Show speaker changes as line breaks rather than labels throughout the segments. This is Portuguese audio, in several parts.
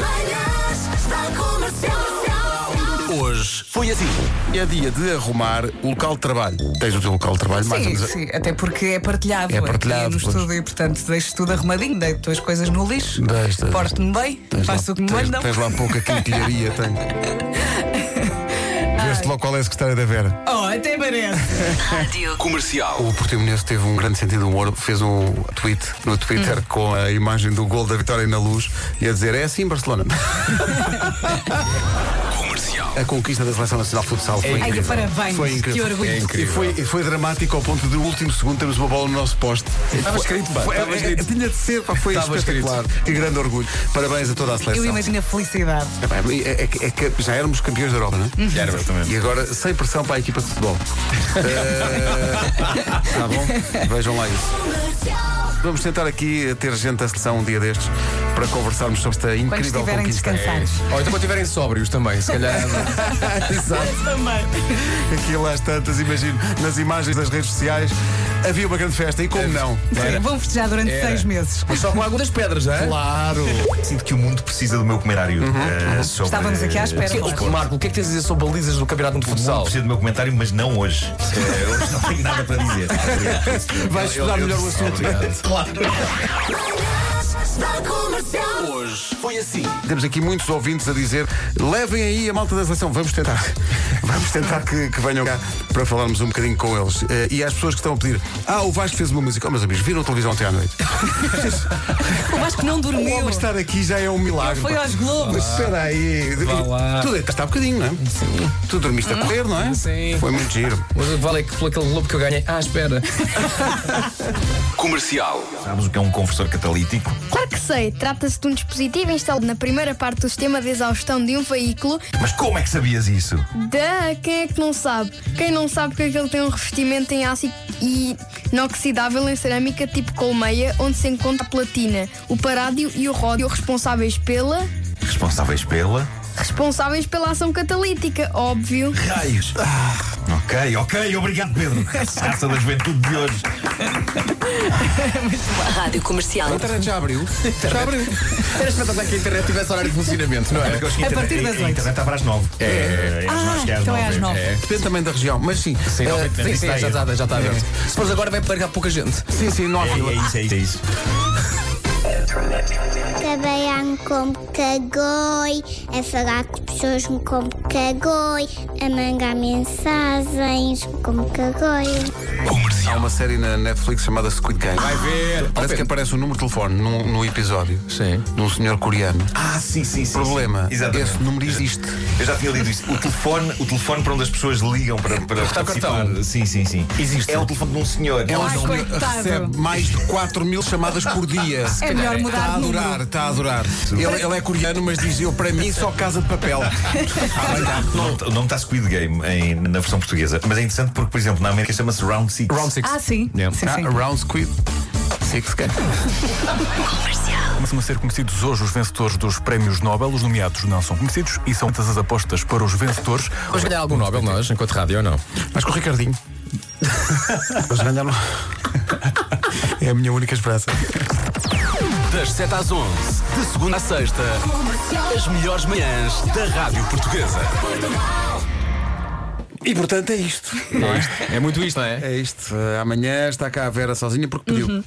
Manhãs da Comercial.
Hoje foi assim. É dia de arrumar o local de trabalho. Tens o teu local de trabalho, mais ou
Sim,
menos.
sim, até porque é partilhado,
É partilhado,
aqui no
pois.
estudo e portanto deixo tudo arrumadinho, deito as coisas no lixo,
Deixa, deixa.
porto-me bem,
Tens
faço
lá-
o que me
tens-
mandam.
Tens lá pouca quinquilharia, tem. Veste logo qual é a secretária da Vera.
Oh, até parece.
O Portimonense teve um grande sentido de humor, fez um tweet no Twitter com a imagem do gol da vitória na luz e a dizer é assim Barcelona. A conquista da seleção nacional de futsal foi
incrível.
incrível.
Ai, parabéns,
foi
que
incrível.
orgulho. É
E foi, e foi dramático ao ponto de no último segundo termos uma bola no nosso poste.
Estava escrito, pá,
Foi- é-
estava escrito.
Tinha de ser, pá, foi
Estava
espetacular. E grande orgulho. Parabéns a toda a
Eu
seleção.
imagino a felicidade.
É pá, é- é que- é que já éramos campeões da Europa, não é?
Já era também.
E agora, sem pressão para a equipa de futebol. Está bom? Vejam lá isso. Vamos tentar aqui ter gente da seleção um dia destes para conversarmos sobre esta
Quando
incrível É,
estiverem
conquista.
descansados.
Ou então quando estiverem sóbrios também, se calhar.
Aqui lá às tantas, imagino, nas imagens das redes sociais, havia uma grande festa e como não?
Sim, vão festejar durante
Era.
seis meses.
Mas só com algumas pedras, já é?
Claro!
Sinto que o mundo precisa do meu comentário. eh, sobre-
Uhum. Estávamos aqui à espera.
sobre
Sim,
o
claro.
desporto.
Marco, o que é que tens a dizer sobre balizas do campeonato de
O mundo
futsal?
precisa do meu comentário, mas não hoje. Eh, hoje não tenho nada para dizer.
Vais
Eu- eu-
estudar
eu-
melhor o assunto.
Obrigado.
Manhãs da Comercial.
Temos aqui muitos ouvintes a dizer: levem aí a malta da seleção, vamos tentar. Vamos tentar que, que venham cá para falarmos um bocadinho com eles. Eh, e às pessoas que estão a pedir: Ah, o Vasco fez uma música. Oh, meus amigos, viram a televisão ontem à noite?
O Vasco não
O
dormiu.
homem estar aqui já é um milagre.
Foi
pá.
aos Globos.
Mas espera aí.
Vá lá. Ah,
Tu deitaste há bocadinho, não é? Sim. Tu dormiste a correr, não é?
Sim.
Foi muito giro.
Mas o que vale é que pelo aquele globo que eu ganhei. Ah, espera.
Sabes o que é um conversor catalítico?
Claro que sei, trata-se de um dispositivo instalado na primeira parte do sistema de exaustão de um veículo.
Mas como é que sabias isso?
Da quem é que não sabe? Quem não sabe que aquele tem um revestimento em ácido e inoxidável em cerâmica tipo colmeia, onde se encontra a platina, o parádio e o ródio responsáveis pela.
Responsáveis pela.
responsáveis pela ação catalítica, óbvio.
Raios! Ah, ok, ok, obrigado, Pedro. Graça da juventude de hoje.
Rádio Comercial.
internet já abriu. Já abriu.
Era espetacular que a internet tivesse horário de funcionamento, não
Era
é?
que eu acho que a
partir
internet-
das
a- a
oito.
internet estava às nove. É, é,
Ah,
acho que
então é às nove.
Depende também da região, mas sim.
Sim,
eh,
novamente,
sim,
sim,
sim,
já está já está aberto. Se fores agora, vai pegar pouca gente.
sim, sim, não há
É,
fila.
é isso, é isso, é isso.
Trabalhar como cagoi, a falar com pessoas como cagoi, a mandar mensagens como cagoi.
Há uma série na Netflix chamada Squid Game. Vai
ver.
Parece que aparece o número de telefone num, num episódio.
Sim.
De um senhor coreano.
Ah, sim, sim, sim.
Problema.
sim. Exatamente.
Esse número existe.
Eu já tinha lido isso. O telefone, o telefone para onde as pessoas ligam para, para
Cortar
participar.
cartão.
Sim, sim, sim.
Existe.
É o telefone de um senhor.
É um
Ai,
senhor que
coitado.
recebe mais de 4 mil chamadas por dia.
É
Está
melhor
a
mudar de
adorar,
número.
está a adorar. Ele, ele é coreano, mas diz eu, para mim, só casa de papel.
O nome- O nome está tá Squid Game em- na versão portuguesa. Mas é interessante porque, por exemplo, na América chama-se Round Six.
Round 6.
Ah, sim.
Yeah.
Sim,
Ah,
sim.
round Squid. Six Game.
Começam a ser conhecidos hoje os vencedores dos prémios Nobel. Os nomeados não são conhecidos e são muitas as apostas para os vencedores.
Vamos ganhar algum Nobel nós, enquanto rádio ou não? é?
Mas com o Ricardinho. Mas ganharam. É a minha única esperança.
Das 7 às 11, de segunda à sexta, as melhores manhãs da Rádio Portuguesa.
E portanto é isto.
É muito isto, não é?
É isto. Eh, amanhã está cá a Vera sozinha porque pediu.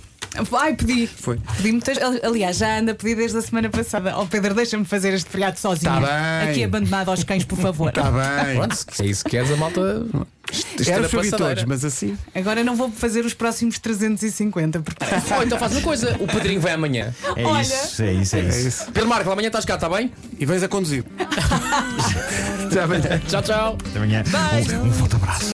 Ai, pedi.
Foi.
Pedi muitas. Aliás, já anda a pedir desde a semana passada. Ó Pedro, deixa-me fazer este feriado sozinho.
Tá bem.
Aqui abandonado aos cães, por favor.
Está bem.
Pronto, se é isso que queres, a malta. Isto
Era
era
sobre todos,
passadeira.
mas assim.
Agora não vou fazer os próximos 350, porque
É
Ou então faz uma coisa, o Pedrinho vai amanhã.
É
Olha.
isso, é isso, é
É
isso.
isso.
Pedro Marco, amanhã estás cá, está bem?
E vens a conduzir. Já amanhã.
Tchau, tchau.
Até amanhã. Um, um forte abraço.